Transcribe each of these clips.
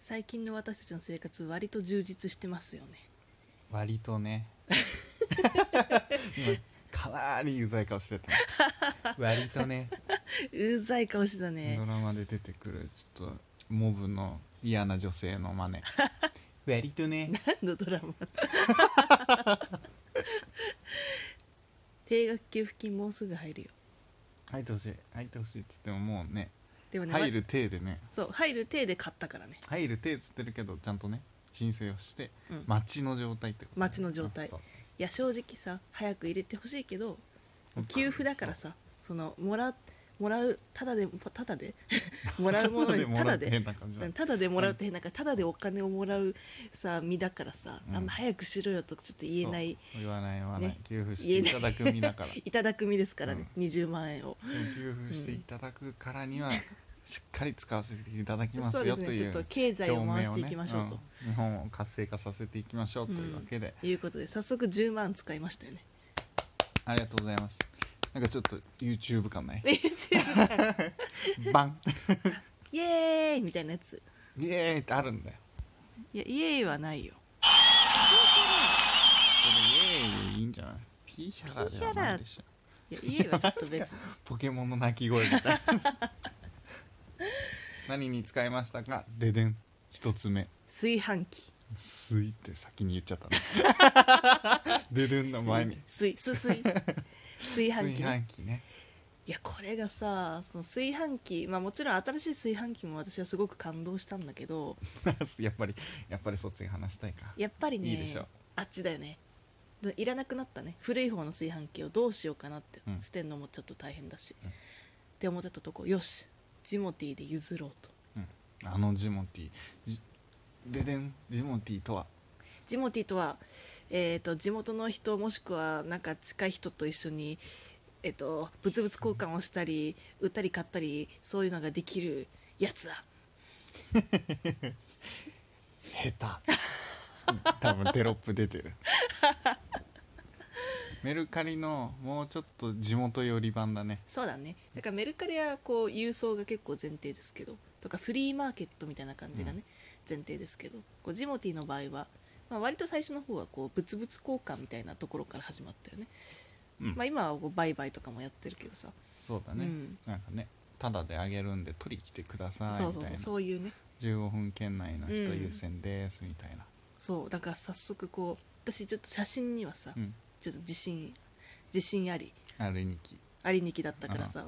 最近の私たちの生活割と充実してますよね割 とね今かなりうざい顔してた割とねうざい顔してたド ねラマで出てくるちょっとモブの嫌な女性の 真似割とね何のドラマ 定額給付金もうすぐ入るよ入ってほしい入ってほしいっつってももうねでもね入る手でねわそう入る手で買ったからね入る手っつってるけどちゃんとね申請をしてうん待ちの状態ってこと待ちの状態あそうそいや正直さ早く入れてほしいけどう給付だからさそのもらうもらうただでただ でもらうものにタたダだでもらうってで変な感じだただでもらうってなんかただでお金をもらうさ身だからさ、うんあんま早くしろよとちょっと言えないそう言わない言わない、ね給付していただく身だからでいただく身ですからね、20万円を。も給付していただくからにはしっかり使わせていただきますそうでよすとねいちょうっと経済を回していきましょう表明をねん日本を活性化させていきましょうというわけで、ということで早速10万使いましたよ ね。ありがとうございますなんかちょっと YouTube 感ない YouTube バンイエーイみたいなやつイエーイってあるんだよいやイエーイはないよ。これイエーイでいいんじゃないピーヒャラではないでしょいやイエーイはちょっと 別ポケモンの鳴き声みたいな 何に使いましたかででん一つ目炊飯器。 「すい」って先に言っちゃったね ででんの前に炊炊 炊炊飯器ね、ねいやこれがさその炊飯器まあもちろん新しい炊飯器も私はすごく感動したんだけど やっぱりやっぱりそっちに話したいかやっぱりねいいでしょあっちだよねでいらなくなったね古い方の炊飯器をどうしようかなって、うん捨てるのもちょっと大変だし、うんって思ってたとこよしジモティーで譲ろうとあのジモティじででんジモティとはジモティーとは、えー、と地元の人もしくはなんか近い人と一緒に、えー、と物々交換をしたり売ったり買ったりそういうのができるやつだ 下手多分テロップ出てる メルカリのもうちょっと地元寄り版だねそうだねだからメルカリはこう郵送が結構前提ですけどとかフリーマーケットみたいな感じがね、前提ですけどこうジモティーの場合は、まあ、割と最初の方はこう物々交換みたいなところから始まったよね、うんまあ、今はこう売買とかもやってるけどさ、そうだうね、ん、なんかねタダであげるんで取り来てくださいみたいそなうそうそうそういうね15分圏内の人うん優先ですみたいな、そうだから早速こう私ちょっと写真にはさ、うんちょっと自信自信ありあれにきありにきだったからさ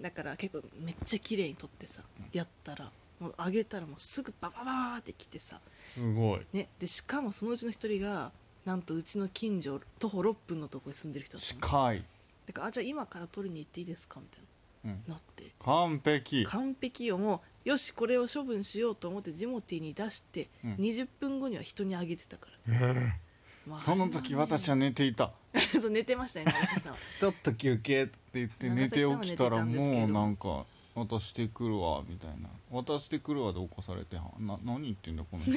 だから結構めっちゃ綺麗に撮ってさうんやったらもう上げたらもうすぐババババーって来てさ、すごいね、でしかもそのうちの一人がなんとうちの近所徒歩6分のとこに住んでる人だったの近い、だからあじゃあ今から撮りに行っていいですかみたいうん、ななって完璧完璧よもうよしこれを処分しようと思ってジモティーに出して、うん20分後には人にあげてたからえーまあその時私は寝ていた そう寝てましたね長瀬さん はちょっと休憩って言って寝て起きたら長崎さんは寝てたんですけもどうなんか渡してくるわみたいな渡してくるわで起こされてはな何言ってんだこ の人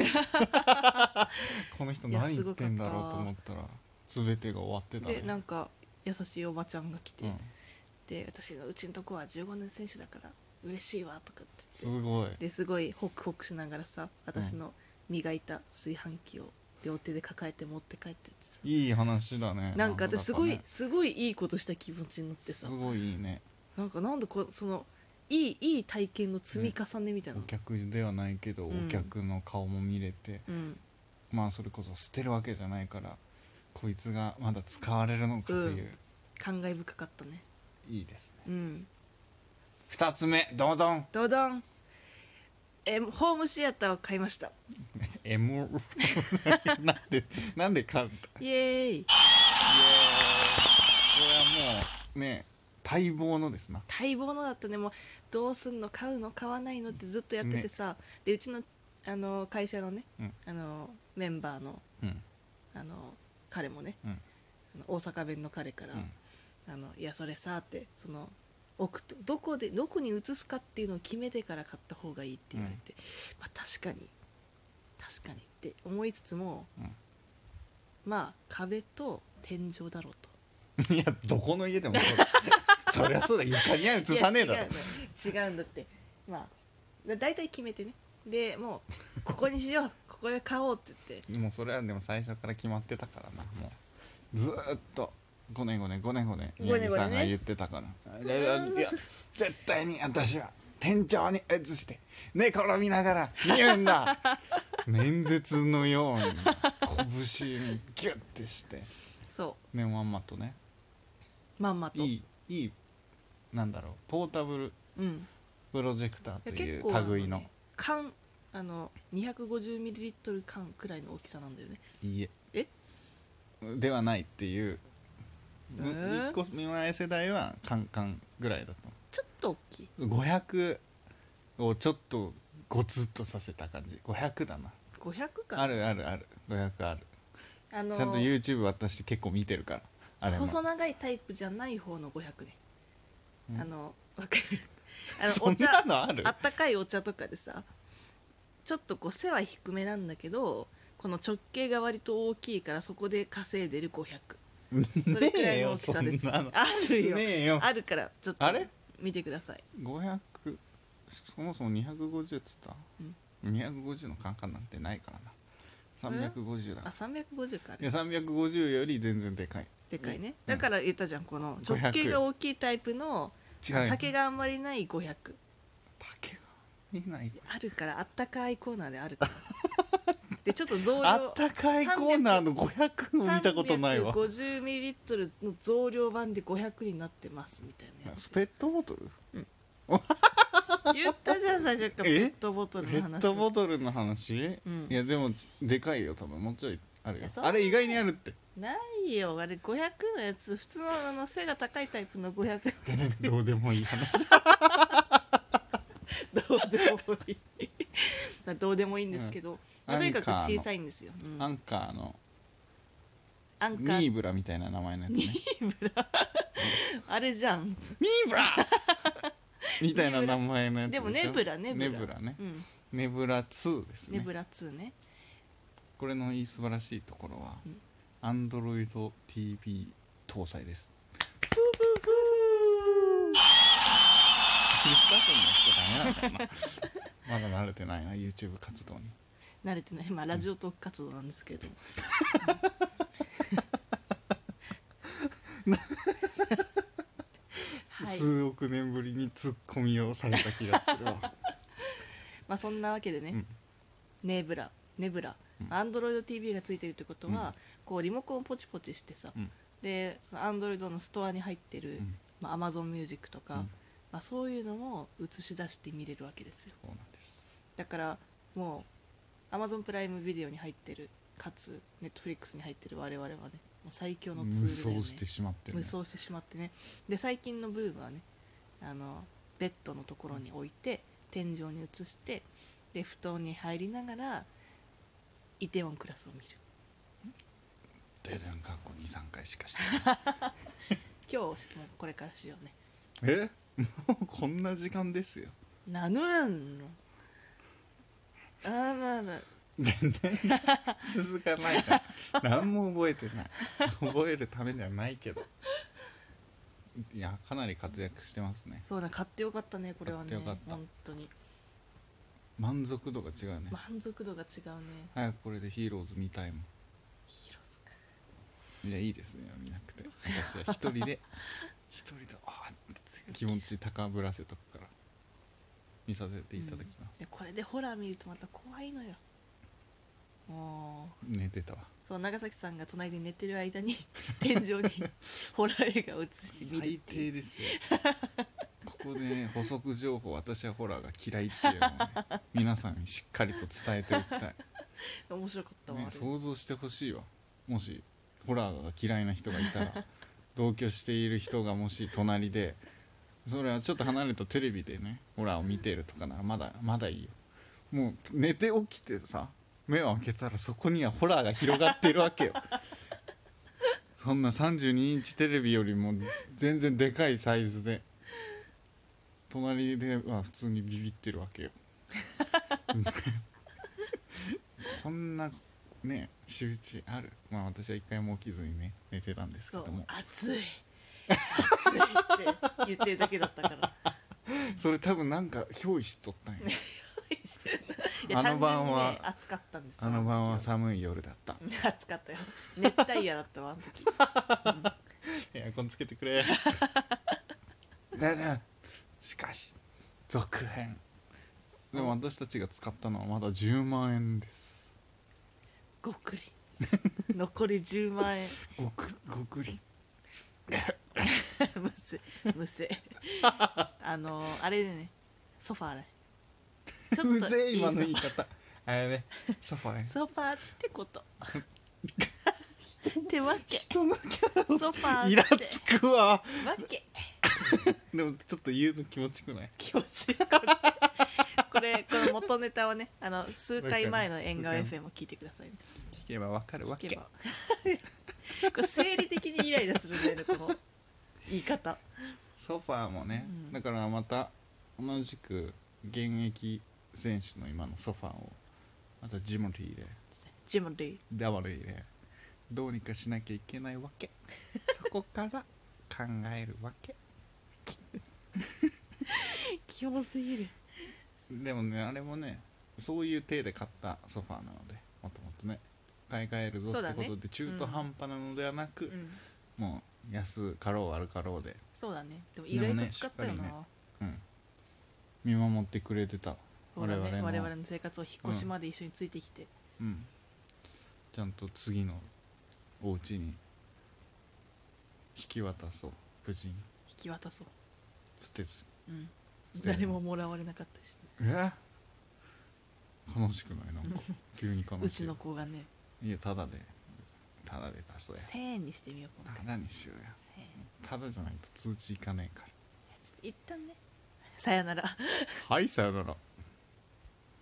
この人いや何す言ごっかてったんだろうと思ったら全てが終わってたねでなんか優しいおばちゃんが来て、うんで私のうちのとこは15年選手だから嬉しいわとかってす言ってごいですごいホクホクしながらさ私の磨いた炊飯器を両手で抱えて持って帰ってってさ、いい話だねなんか私すごい、なんかねすごいいいことした気持ちになってすさごいいいねなんかなんでこうそのいいいい体験の積み重ねみたいな、お客ではないけどうんお客の顔も見れてうん、まあそれこそ捨てるわけじゃないからこいつがまだ使われるのかという感慨深かったねいいですねうん2つ目どどんどどんえホームシアターを買いました M なんでなんで買うんだイエーイこれはもうね待望のですな待望のだったねもうどうすんの買うの買わないのってずっとやっててさ、でうちのあの会社のね、うんあのメンバーのうんあの彼もね、うんあの大阪弁の彼から「うんあのいやそれさ」ってその置くとどこでどこに移すかっていうのを決めてから買った方がいいって言われて、まあ、確かに確かにって思いつつも、うんまあ壁と天井だろうと。いやどこの家でもそうだそりゃそうだ床には移さねえだろいや違うの違うんだってまあだ大体決めてねでもうここにしようここで買おうって言ってもうそれはでも最初から決まってたからなもうずーっと5年5年5年5年宮城さんが言ってたから、いやいや絶対に私は天井に移して寝転びながら見るんだ 面舌のように拳にギュッてしてそねまんまとねうまんまといいいいなんだろうポータブルうん、プロジェクターといやい結う構あの類のね缶あの 250ml 缶くらいの大きさなんだよねいいえではないっていう、むえー一個前世代はカンカンぐらいだとちょっと大きい500をちょっとゴツっとさせた感じ500だな500かあるあるある500あるあのちゃんと YouTube 私結構見てるからあれも細長いタイプじゃない方の500ね、うんあのわかるあの そおん茶なのあるあったかいお茶とかでさちょっとこう背は低めなんだけどこの直径が割と大きいからそこで稼いでる500それくらいの大きさです、ねえよそんなのあるよ、ねえよあるからちょっとあれ見てください500そもそも250っつった、うん250のカンカンなんてないからな350だあ350かあいれや350より全然でかいでかいね、うんだから言ったじゃんこの500直径が大きいタイプの違うよ竹があんまりない500竹が見ないあるからあったかいコーナーであるから でちょっと増あっ量たかいコーナーの500も見たことないわ 350ml の増量版で500になってますみたいなや つスペットボトル言ったじゃん最初からペえットボトルペの話ットボトルの話、うんいやでもちでかいよ多分もうちょいあるいよやそうあれ意外にあるってないよあれ500のやつ普通のあの背が高いタイプの500どうでもいい話 どうでもいいどうでもいいんですけど、まあとにかくアンカー小のさいんですよ、うんアンカーのアンカーミーブラみたいな名前のやつねあれじゃんミーブラみたいな名前のやつでしょもネブラネブラネブラねうん、ネブラ2ですネねブラ2ねこれのいい素晴らしいところはうん、 Android TV 搭載です。言った後にやっちゃダメなんだよな。まだ慣れてないな YouTube 活動に。慣れてないまあラジオトーク活動なんですけれどもはい数億年ぶりにツッコミをされた気がするわ。まあそんなわけ でね、うんネブラネブラうんアンドロイド TV がついてるってことは、うんこうリモコンをポチポチしてさ、うんでそのアンドロイドのストアに入ってる、うんまあ、Amazon ミュージックとか、うんまあ、そういうのも映し出して見れるわけですよそうなんです。だからもう Amazon プライムビデオに入ってるかつ Netflix に入ってる我々はねもう最強の無ツールだよね双してしまってるね、無双してしまってねで最近のブームはねあのベッドのところに置いて天井に移してで布団に入りながらイテウォンクラスを見るででんかっこ二三回しかしてない。今日もうこれからしようねえ、 もうこんな時間ですよ。なぬやんのあーまあまあ全然続かないから 何も覚えてない覚えるためではないけどいやかなり活躍してますねそうだ買ってよかったねこれはね買ってよかった本当に満足度が違うね満足度が違うね早くこれでヒーローズ見たいもヒーローズかんいやいいですね見なくて私は一人で 一人であーって気持ち高ぶらせとくから見させていただきます、でこれでホラー見るとまた怖いのよもう寝てたわそう長崎さんが隣で寝てる間 に天井にホラー映画を映して見るって最い低うですよここで、ね、補足情報私はホラーが嫌いっていうのを、ね、皆さんにしっかりと伝えておきたい面白かったわ、ね、あれ想像してほしいわもしホラーが嫌いな人がいたら同居している人がもし隣でそれはちょっと離れたテレビでねホラーを見てるとかならまだまだいいよもう寝て起きてさ目を開けたらそこにはホラーが広がってるわ けよそんな32インチテレビよりも全然でかいサイズで隣では普通にビビってるわ けよこんなね仕打ちあるまあ私は一回も起きずにね寝てたんですけそうども熱い熱い って言ってるだけだったからそれ多分なんか憑依しとったんや いじゃないいやあの晩単純にはね暑かったんですよあの晩は寒い夜だった暑かったよ熱帯夜だったわあの時 エアコンつけてくれだがしかし続編でも私たちが使ったのはまだ10万円ですごっくり残り10万円ごくごくり むせむせあのあれでねソファーねちょっとうぜえ今の言いいいぞ方 あれねソファねソファーってことってわけ 人のキャラソファーってイラつくわわけでもちょっと言うの気持ちよくない気持ちいいこれこれこの元ネタをねあの数回前の縁側わか FM を聞いてくださいね聞けばわかるわ聞けけば これ生理的にイライラするんだよねこの言い方ソファーもね、うんだからまた同じく現役選手の今のソファーをまたジモリーでジムリダブルいねどうにかしなきゃいけないわけそこから考えるわけー器用すぎるでもねあれもねそういう体で買ったソファーなのでもともとね買い替えるぞっそうてだねことで、中途半端なのではなく、うんもう安かろう悪かろうで、そうだねでも意外と使ったよでな、もねうん、見守ってくれてた、そうだね我我々々のの生活を引っ越しまで一緒についてきて、うん、ちゃんと次のお家に引き渡そう無事に引き渡そう、捨てずうんそう、だよね誰ももらわれなかったしえ悲しくないなんか急に悲うしちいの子がねいやただでただで出そうや1000円にしてみよう今た回だにしようや1000円ただじゃないと通知いかねえかちょっと一旦ねさよなららはいさよなら